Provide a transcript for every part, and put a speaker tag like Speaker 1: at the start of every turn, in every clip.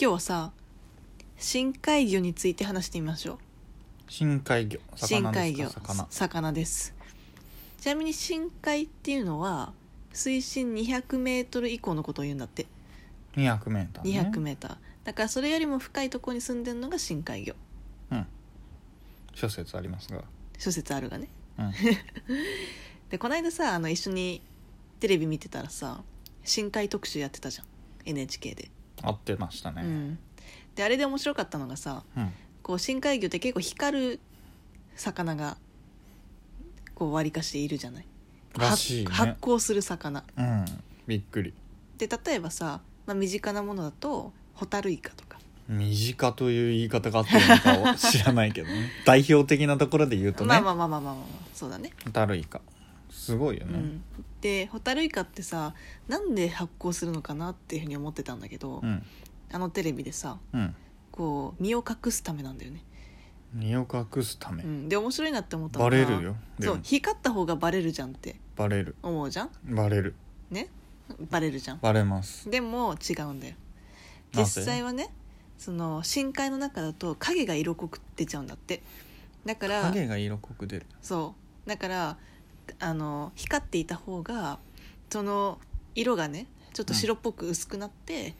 Speaker 1: 今日はさ深海魚について話してみましょう
Speaker 2: 深海魚
Speaker 1: 深海魚
Speaker 2: ですか魚
Speaker 1: ですちなみに深海っていうのは水深200メートル以降のことを言うんだって
Speaker 2: 200メーター、ね、
Speaker 1: 200メーターだからそれよりも深いところに住んでるのが深海魚
Speaker 2: うん諸説ありますが
Speaker 1: 諸説あるがね
Speaker 2: うん、
Speaker 1: でこの間さあの一緒にテレビ見てたらさ深海特集やってたじゃん NHK で、
Speaker 2: 合ってました
Speaker 1: う
Speaker 2: ね
Speaker 1: んであれで面白かったのがさ
Speaker 2: うん、
Speaker 1: こう深海魚って結構光る魚がこう割りかしいるじゃない
Speaker 2: らしい
Speaker 1: 発発
Speaker 2: ね
Speaker 1: 光する魚
Speaker 2: うんびっくり
Speaker 1: で例えばさ、まあ、身近なものだとホタルイカとか、
Speaker 2: 身近という言い方があってるのかは知らないけ どね代表的なところで言うとね
Speaker 1: まあまあまあまあまあまあ、まあ、そうだね
Speaker 2: ホタルイカすごいよ
Speaker 1: う
Speaker 2: ね、
Speaker 1: ん、でホタルイカってさなんで発光するのかなっていうふうに思ってたんだけど、
Speaker 2: うん
Speaker 1: あのテレビでさ
Speaker 2: うん
Speaker 1: こう身を隠すためなんだよね、
Speaker 2: 身を隠すため、
Speaker 1: うん、で面白いなって思ったの
Speaker 2: バ
Speaker 1: が
Speaker 2: レるよで
Speaker 1: そ
Speaker 2: も
Speaker 1: う光った方がバレるじゃんって
Speaker 2: バレる
Speaker 1: 思うじゃん
Speaker 2: バレる
Speaker 1: ねバレるじゃん
Speaker 2: バレます
Speaker 1: でも違うんだよ
Speaker 2: なぜ
Speaker 1: 実際はねその深海の中だと影が色濃く出ちゃうんだってだから
Speaker 2: 影が色濃く出る
Speaker 1: そうだからあの光っていた方がその色がねちょっと白っぽく薄くなって、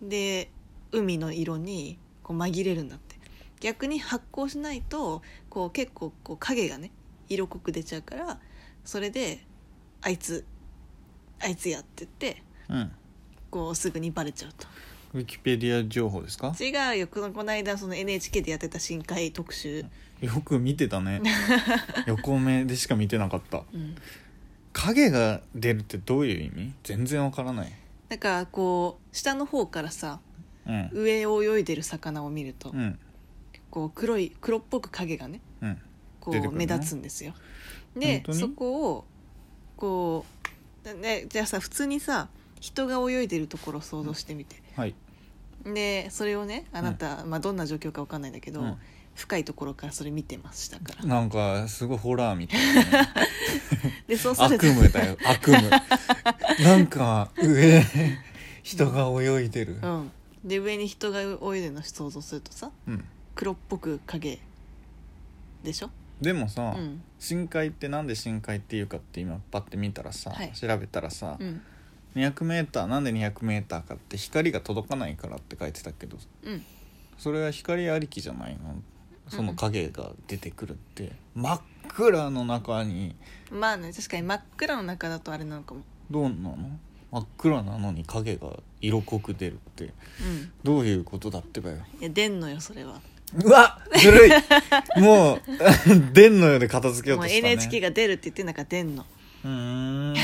Speaker 1: で海の色にこう紛れるんだって逆に発光しないとこう結構こう影がね色濃く出ちゃうからそれであいつあいつやって言って
Speaker 2: うん
Speaker 1: こうすぐにバレちゃうと
Speaker 2: ウィキペディア情報ですか
Speaker 1: 違うよこのこの間その NHK でやってた深海特集、
Speaker 2: よく見てたね 横目でしか見てなかった
Speaker 1: うん、
Speaker 2: 影が出るってどういう意味全然わからない
Speaker 1: なんかこう下の方からさ
Speaker 2: うん
Speaker 1: 上を泳いでる魚を見ると、
Speaker 2: うん
Speaker 1: こう黒い黒っぽく影がね
Speaker 2: うん
Speaker 1: こ
Speaker 2: 出て
Speaker 1: う
Speaker 2: くる
Speaker 1: 目
Speaker 2: ね
Speaker 1: 立つんですよ。で
Speaker 2: 本当に
Speaker 1: そこをこうねじゃあさ普通にさ人が泳いでるところを想像してみて、
Speaker 2: はい
Speaker 1: でそれをねあなた、まあ、どんな状況かわかんないんだけど、
Speaker 2: うん
Speaker 1: 深いところからそれ見てましたから。
Speaker 2: なんかすごいホラーみたい な、ね、
Speaker 1: でそうする
Speaker 2: 悪
Speaker 1: と
Speaker 2: 夢だよ悪 夢なんか上人が泳いでる
Speaker 1: うん、で上に人が泳いでるのを想像するとさ
Speaker 2: うん
Speaker 1: 黒っぽく影でしょ、
Speaker 2: でもさ、
Speaker 1: うん
Speaker 2: 深海ってなんで深海っていうかって今パッて見たらさ、
Speaker 1: はい
Speaker 2: 調べたらさ、
Speaker 1: うん
Speaker 2: 200m なんで 200m かって光が届かないからって書いてたけど
Speaker 1: うん、
Speaker 2: それは光ありきじゃないのその影が出てくるって、真っ暗の中に
Speaker 1: まあね確かに真っ暗の中だとあれなのかも。
Speaker 2: どうなの真っ暗なのに影が色濃く出るって
Speaker 1: うん
Speaker 2: どういうことだってばよ
Speaker 1: いや出んのよそれは
Speaker 2: うわずる いもう 出んのよで片付けよう
Speaker 1: も
Speaker 2: と
Speaker 1: う
Speaker 2: したね
Speaker 1: NHK が出るって言ってんだから出んの
Speaker 2: うーん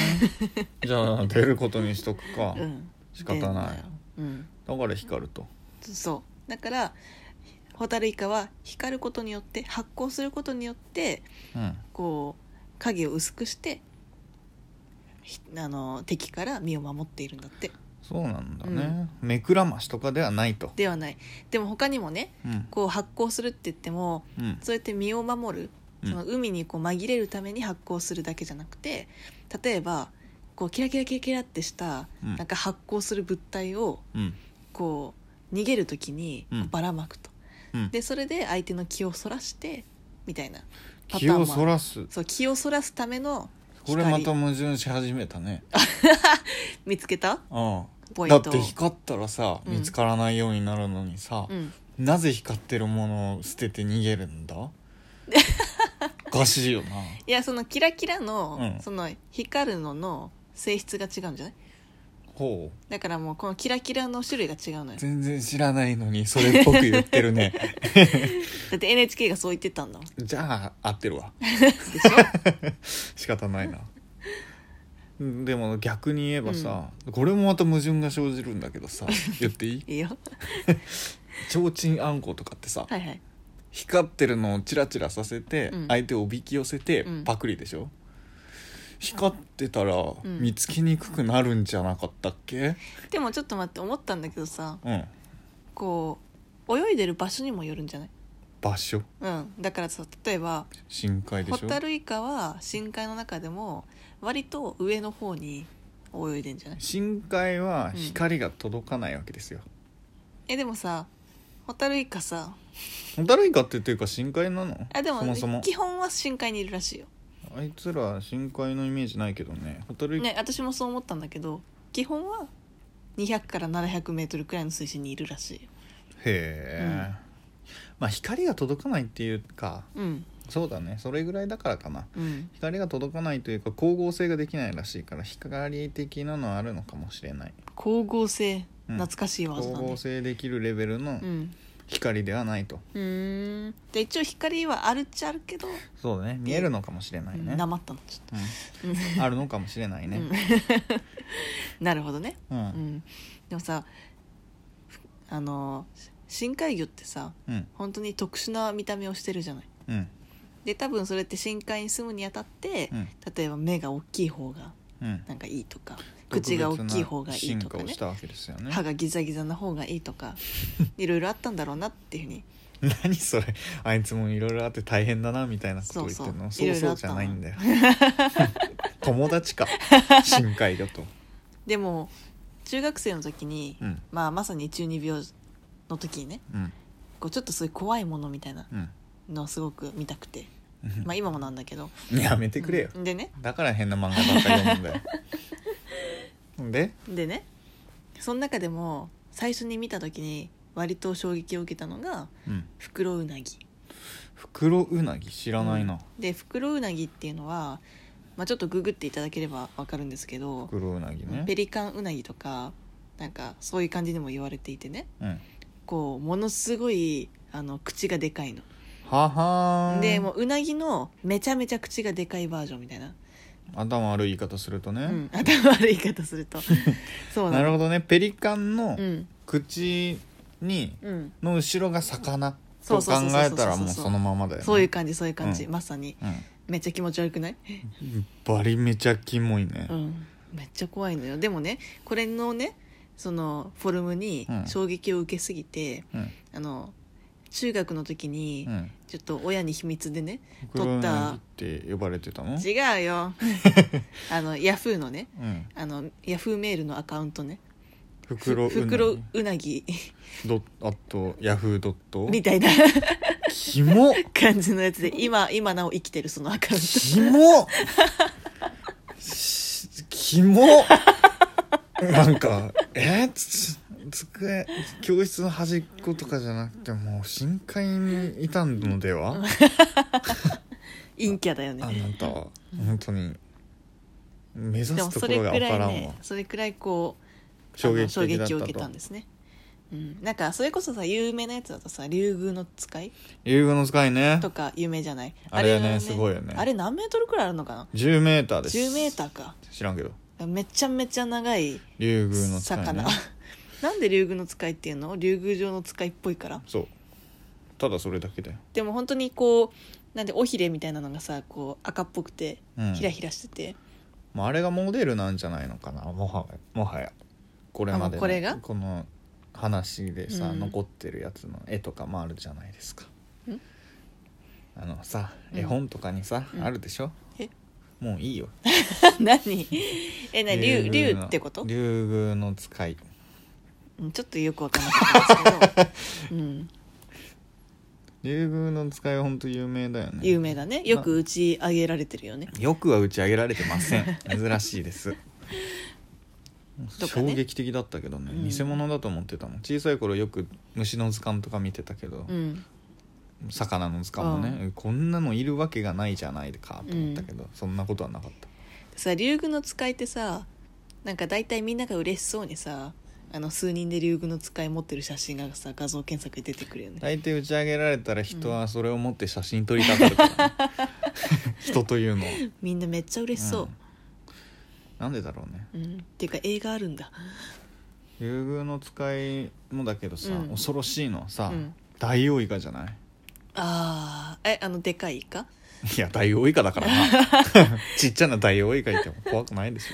Speaker 2: じゃあ出ることにしとくか、
Speaker 1: うん
Speaker 2: 仕方ない
Speaker 1: 出んのようん
Speaker 2: だから光ると
Speaker 1: そうだからホタルイカは光ることによって発光することによって
Speaker 2: うん
Speaker 1: こう影を薄くしてひあの敵から身を守っているんだって
Speaker 2: そうなんだね、目くらましとかではないと
Speaker 1: ではないでも他にもね
Speaker 2: うん
Speaker 1: こう発光するって言っても
Speaker 2: うん
Speaker 1: そうやって身を守る
Speaker 2: うん
Speaker 1: その海にこう紛れるために発光するだけじゃなくて例えばこうキラキラキラキラってした
Speaker 2: うん
Speaker 1: なんか発光する物体を
Speaker 2: うん
Speaker 1: こう逃げる時にこう
Speaker 2: うん
Speaker 1: ばらまくと、
Speaker 2: うん
Speaker 1: でそれで相手の気をそらしてみたいなパタ
Speaker 2: 気
Speaker 1: ーンもあ
Speaker 2: を
Speaker 1: る
Speaker 2: そらす
Speaker 1: そう気をそらすための
Speaker 2: これまた矛盾し始めたね
Speaker 1: 見つけた
Speaker 2: あ
Speaker 1: ポ
Speaker 2: あ
Speaker 1: イ
Speaker 2: だ
Speaker 1: ン
Speaker 2: っ
Speaker 1: ト
Speaker 2: て光ったらさ
Speaker 1: うん
Speaker 2: 見つからないようになるのにさ、
Speaker 1: うん、
Speaker 2: なぜ光ってるものを捨てて逃げ るんだおかしいよない
Speaker 1: やそのキラキラの、
Speaker 2: うん
Speaker 1: その光るのの性質が違うんじゃない
Speaker 2: ほ
Speaker 1: だからもうこのキラキラの種類が違うの
Speaker 2: う
Speaker 1: よ
Speaker 2: 全然知らないのにそれっぽく言って るね
Speaker 1: だって NHK がそう言ってたんだもんで
Speaker 2: じゃあ合ってるわ
Speaker 1: しょ
Speaker 2: 仕方ないなうんでも逆に言えばさ、これもまた矛盾が生じるんだけどさ言ってい い
Speaker 1: いいよ
Speaker 2: 提灯あんことかってさ、
Speaker 1: はいはい
Speaker 2: 光ってるのをチラチラさせて、
Speaker 1: うん
Speaker 2: 相手をおびき寄せて
Speaker 1: うん
Speaker 2: パクリでしょ、光ってたら
Speaker 1: ん
Speaker 2: 見つけにくくなるんじゃなかったっけ
Speaker 1: でもちょっと待って思ったんだけどさ
Speaker 2: うん
Speaker 1: こう泳いでる場所にもよるんじゃない
Speaker 2: 場所
Speaker 1: うんだからさ例えば
Speaker 2: 深海で
Speaker 1: ホ
Speaker 2: しょ
Speaker 1: タルイカは深海の中でも割と上の方に泳いでんじゃない
Speaker 2: 深海は光が届かないわけですよ、
Speaker 1: えでもさホタルイカさ
Speaker 2: ホタルイカってっていうか深海なの
Speaker 1: あでも
Speaker 2: そもそも
Speaker 1: 基本は深海にいるらしいよ、
Speaker 2: あいつら深海のイメージないけどねホタルイカ、
Speaker 1: ね、私もそう思ったんだけど基本は200から700メートルくらいの水深にいるらしいよ
Speaker 2: へえ、まあ光が届かないっていうか
Speaker 1: うん
Speaker 2: そうだねそれぐらいだからかな
Speaker 1: うん
Speaker 2: 光が届かないというか光合成ができないらしいから光的なのはあるのかもしれない
Speaker 1: 光合成
Speaker 2: うん
Speaker 1: 懐かしい技
Speaker 2: 光
Speaker 1: だ
Speaker 2: 合
Speaker 1: ね
Speaker 2: 成できるレベルの
Speaker 1: うん
Speaker 2: 光ではないと、
Speaker 1: うーんで一応光はあるっちゃあるけど、
Speaker 2: そうだね見えるのかもしれないね、
Speaker 1: なまったのちょっ
Speaker 2: うん、あるのかもしれない
Speaker 1: と、
Speaker 2: ね
Speaker 1: うん なるほどね、
Speaker 2: うん、う
Speaker 1: うんん、でもさふあのし深海魚ってさ
Speaker 2: うん
Speaker 1: 本当に特殊な見た目をしてるじゃない
Speaker 2: うん
Speaker 1: で多分それって深海に住むにあたって、
Speaker 2: うん
Speaker 1: 例えば目が大きい方が
Speaker 2: うん
Speaker 1: なんかいいとか口が大きい方がいいとか
Speaker 2: 特別な進化を
Speaker 1: ね
Speaker 2: したわけですよね
Speaker 1: 歯がギザギザな方がいいとかいろいろあったんだろうなっていうふうに
Speaker 2: 何それあいつもいろいろあって大変だなみたいなことを言ってるの
Speaker 1: そうそう
Speaker 2: そうそうじゃないんだよ 友達 か深海魚と
Speaker 1: でも中学生の時に、
Speaker 2: うん
Speaker 1: まあ、まさに中二病の時にね
Speaker 2: うん
Speaker 1: こうちょっとそういう怖いものみたいな
Speaker 2: うん
Speaker 1: のをすごく見たくて、
Speaker 2: うん
Speaker 1: まあ、今もなんだけど
Speaker 2: やめてくれよ、
Speaker 1: うんでね
Speaker 2: だから変な漫画ばっかり読むんだよで
Speaker 1: でねその中でも最初に見た時に割と衝撃を受けたのが
Speaker 2: うん
Speaker 1: フクロウナギ
Speaker 2: 袋うなぎ知らないな、
Speaker 1: でフクロウナギっていうのは、まあ、ちょっとググっていただければわかるんですけど、
Speaker 2: 袋うなぎね
Speaker 1: ペリカンウナギとかなんかそういう感じでも言われていてね
Speaker 2: うん
Speaker 1: こうものすごいあの口がでかいの
Speaker 2: ははーん
Speaker 1: でもううなぎのめちゃめちゃ口がでかいバージョンみたいな、
Speaker 2: 頭悪い言い方するとね、
Speaker 1: うん、頭悪い言い方する とそう
Speaker 2: なる
Speaker 1: ほ
Speaker 2: ほどねペリカンの
Speaker 1: どうん
Speaker 2: 口に
Speaker 1: うん
Speaker 2: の後ろが魚
Speaker 1: そう
Speaker 2: と考
Speaker 1: そうそうそう
Speaker 2: えたらもうそのままだよね
Speaker 1: そういう感じそういう感じ、
Speaker 2: う
Speaker 1: まさに
Speaker 2: うん
Speaker 1: めっちゃ気持ち悪くない、
Speaker 2: バリめちゃキモいね
Speaker 1: う、ん、 めっちゃ怖いのよでもねこれのねそのフォルムに
Speaker 2: うん
Speaker 1: 衝撃を受けすぎて、
Speaker 2: うん
Speaker 1: あの中学の時に
Speaker 2: うん、
Speaker 1: ちょっと親に秘密でね、
Speaker 2: 黒柳って呼ばれてたの、
Speaker 1: 違う よあのヤフーのね
Speaker 2: うん、
Speaker 1: あのヤフーメールのアカウントね
Speaker 2: 袋う
Speaker 1: ふ
Speaker 2: な
Speaker 1: 袋
Speaker 2: ぎ
Speaker 1: うなぎ
Speaker 2: ドあとヤフードット
Speaker 1: みたいな
Speaker 2: キモ
Speaker 1: 感じのやつで今今なお生きてるそのアカウント
Speaker 2: キモしキモなんかえつ机教室の端っことかじゃなくてもう深海にいたの では
Speaker 1: 陰キャだよ
Speaker 2: あ
Speaker 1: ね
Speaker 2: なたは本当に目指
Speaker 1: ですもそ
Speaker 2: とこ
Speaker 1: れ
Speaker 2: ろ
Speaker 1: くら
Speaker 2: が
Speaker 1: い
Speaker 2: 分からんわ
Speaker 1: ねそれくらいこう
Speaker 2: 衝
Speaker 1: あの
Speaker 2: 撃
Speaker 1: 衝
Speaker 2: 的だっ
Speaker 1: 撃を受
Speaker 2: た
Speaker 1: けたん
Speaker 2: と
Speaker 1: ですねうん、なんかそれこそさ有名なやつだとさ「竜宮の使い
Speaker 2: 英語の使い」ね
Speaker 1: とか有名じゃない
Speaker 2: あれはね
Speaker 1: は
Speaker 2: すごいよね
Speaker 1: あれ何メートルくらいあるのかな
Speaker 2: 10メーターです
Speaker 1: 10メーターか
Speaker 2: 知らんけど
Speaker 1: めちゃめちゃ長い
Speaker 2: 竜宮の使い、ね、
Speaker 1: 魚、 なんで竜宮の使いっていうの竜宮城の使いっぽいから
Speaker 2: そうただそれだけだよ、
Speaker 1: でも本当にこうなんで尾ひれみたいなのがさこう赤っぽくて
Speaker 2: うん
Speaker 1: ひらひらしてて、
Speaker 2: まあ、あれがモデルなんじゃないのかなもはやもはやこれま
Speaker 1: あも
Speaker 2: で
Speaker 1: う
Speaker 2: の
Speaker 1: これが
Speaker 2: この話でさ、
Speaker 1: うん
Speaker 2: 残ってるやつの絵とかもあるじゃないですか
Speaker 1: ん
Speaker 2: あのさ
Speaker 1: うん
Speaker 2: 絵本とかにさ、
Speaker 1: うん
Speaker 2: あるでしょ
Speaker 1: え
Speaker 2: もういいよ
Speaker 1: 何えな竜
Speaker 2: 竜
Speaker 1: 竜
Speaker 2: 宮の
Speaker 1: ってこと
Speaker 2: 竜宮の使い
Speaker 1: うんちょっとよくわかんなかったです けど、うん、
Speaker 2: 竜宮の使いは本当有名だよね
Speaker 1: 有名だねよく打ち上げられてるよね
Speaker 2: よくは打ち上げられてま せん珍しいです、
Speaker 1: とか
Speaker 2: 衝
Speaker 1: ね
Speaker 2: 撃的だったけどね、
Speaker 1: うん
Speaker 2: 偽物だと思ってたもん小さい頃よく虫の図鑑とか見てたけど
Speaker 1: う、ん
Speaker 2: 魚の図鑑もね、こんなのいるわけがないじゃないかと思ったけど、そんなことはなかった
Speaker 1: さ竜宮の使いってさなんか大体みんなが嬉しそうにさあの数人で竜宮の使い持ってる写真がさ画像検索で出てくるよね
Speaker 2: 大体打ち上げられたら人はそれを持って写真撮りたが るからね、人というのは
Speaker 1: みんなめっちゃ嬉しそう、
Speaker 2: なんでだろうね
Speaker 1: うんっていうか映画あるんだ
Speaker 2: 竜宮の使いもだけどさ、
Speaker 1: うん
Speaker 2: 恐ろしいのはさ、
Speaker 1: うん
Speaker 2: ダイオウイカじゃない
Speaker 1: あーえあのでかいイカ
Speaker 2: いやダイオウイカだから なちっちゃなダイオウイカいても怖くないでしょ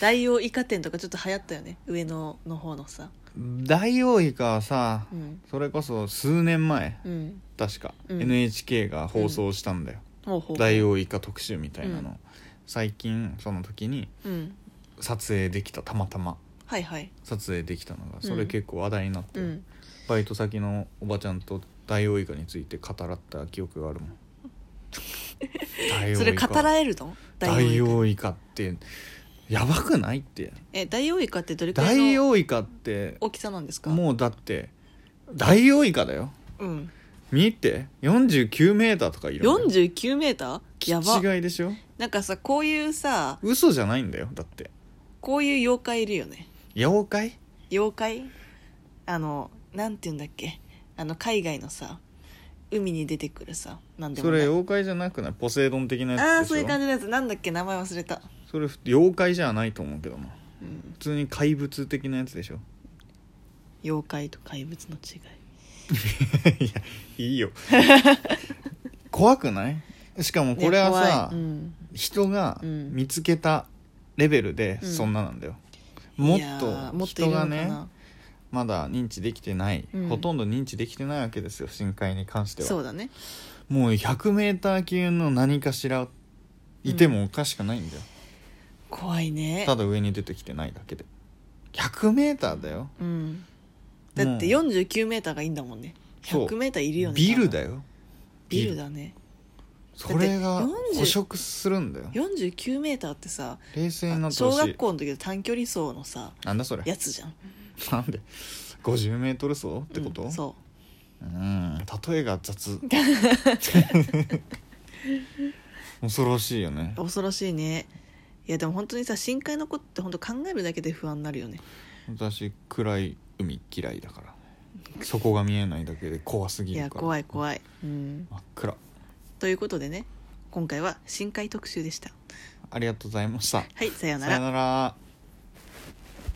Speaker 1: ダイオウイカ店とかちょっと流行ったよね上野の方のさ
Speaker 2: ダイオウイカはさ、
Speaker 1: うん
Speaker 2: それこそ数年前
Speaker 1: うん
Speaker 2: 確か、
Speaker 1: うん
Speaker 2: NHK が放送したんだよ、
Speaker 1: ほうほう
Speaker 2: ダイオウイカ特集みたいなの、
Speaker 1: うん
Speaker 2: 最近その時に
Speaker 1: うん
Speaker 2: 撮影できたたまたま
Speaker 1: はいはい
Speaker 2: 撮影できたのが
Speaker 1: うん
Speaker 2: それ結構話題になって、
Speaker 1: うん
Speaker 2: バイト先のおばちゃんとダイオウイカについて語らった記憶があるもんダイオウイカ
Speaker 1: それ語られるの
Speaker 2: ダ
Speaker 1: ダ
Speaker 2: イ
Speaker 1: イ
Speaker 2: オ
Speaker 1: オウイカ
Speaker 2: ウイカってやばくないって
Speaker 1: えダイオウイカってどれくら
Speaker 2: ダ
Speaker 1: い
Speaker 2: イ
Speaker 1: の
Speaker 2: オウイカって
Speaker 1: 大きさなんですか
Speaker 2: もうだってダイオウイカだよ
Speaker 1: うん
Speaker 2: 見て49メーターとかいるんだよ
Speaker 1: 49メーターやば
Speaker 2: 違いでしょ
Speaker 1: なんかさこういうさ
Speaker 2: 嘘じゃないんだよだって
Speaker 1: こういう妖怪いるよね
Speaker 2: 妖怪
Speaker 1: 妖怪あのなんて言うんだっけあの海外のさ海に出てくるさなんでも
Speaker 2: そ
Speaker 1: ない
Speaker 2: れ妖怪じゃなくないポセイドン的な
Speaker 1: ああ
Speaker 2: や
Speaker 1: ー
Speaker 2: つで
Speaker 1: そう
Speaker 2: しょ
Speaker 1: いう感じのやつなんだっけ名前忘れた、
Speaker 2: それ妖怪じゃないと思うけどな
Speaker 1: うん、
Speaker 2: 普通に怪物的なやつでしょ
Speaker 1: 妖怪と怪物の違い
Speaker 2: いやいい よ怖くないしかもこれは
Speaker 1: ね
Speaker 2: さ、
Speaker 1: 怖いうん
Speaker 2: 人が
Speaker 1: うん
Speaker 2: 見つけたレベルで
Speaker 1: うん
Speaker 2: そんななんだよ、も
Speaker 1: い
Speaker 2: っ
Speaker 1: やー
Speaker 2: と
Speaker 1: もっとい
Speaker 2: 人
Speaker 1: るの
Speaker 2: が
Speaker 1: かな
Speaker 2: ねまだ認知できてない、
Speaker 1: うん
Speaker 2: ほとんど認知できてないわけですよ深海に関しては
Speaker 1: そうだね
Speaker 2: もう 100m 級の何かしらいてもおかしくないんだよ、
Speaker 1: 怖いね
Speaker 2: ただ上に出てきてないだけで 100m だよ
Speaker 1: うんだって
Speaker 2: も
Speaker 1: 49メーターがいいんだもんね
Speaker 2: そう
Speaker 1: 100メーターいるよね
Speaker 2: ビル
Speaker 1: よ
Speaker 2: だよ
Speaker 1: ビルだね
Speaker 2: それが
Speaker 1: だって40
Speaker 2: 捕食するんだよ
Speaker 1: 49メーターってさ
Speaker 2: 冷静にな
Speaker 1: あ
Speaker 2: ってほ
Speaker 1: 小
Speaker 2: し
Speaker 1: 学
Speaker 2: い
Speaker 1: 校の時の短距離走のさ
Speaker 2: なんだそれ
Speaker 1: やつじゃんっ
Speaker 2: なんで 50m 走ってこと、うん、
Speaker 1: そう
Speaker 2: 例えが雑 恐ろしいよね
Speaker 1: 恐ろしいねいやでも本当にさ深海のことって本当考えるだけで不安になるよね
Speaker 2: 私暗い海嫌いだからそこが見えないだけで怖すぎ
Speaker 1: い
Speaker 2: るから
Speaker 1: や怖い怖い、うん、
Speaker 2: 真っ暗
Speaker 1: ということでね今回は深海特集でした
Speaker 2: ありがとうございました
Speaker 1: はいさような
Speaker 2: さよ
Speaker 1: ら
Speaker 2: なら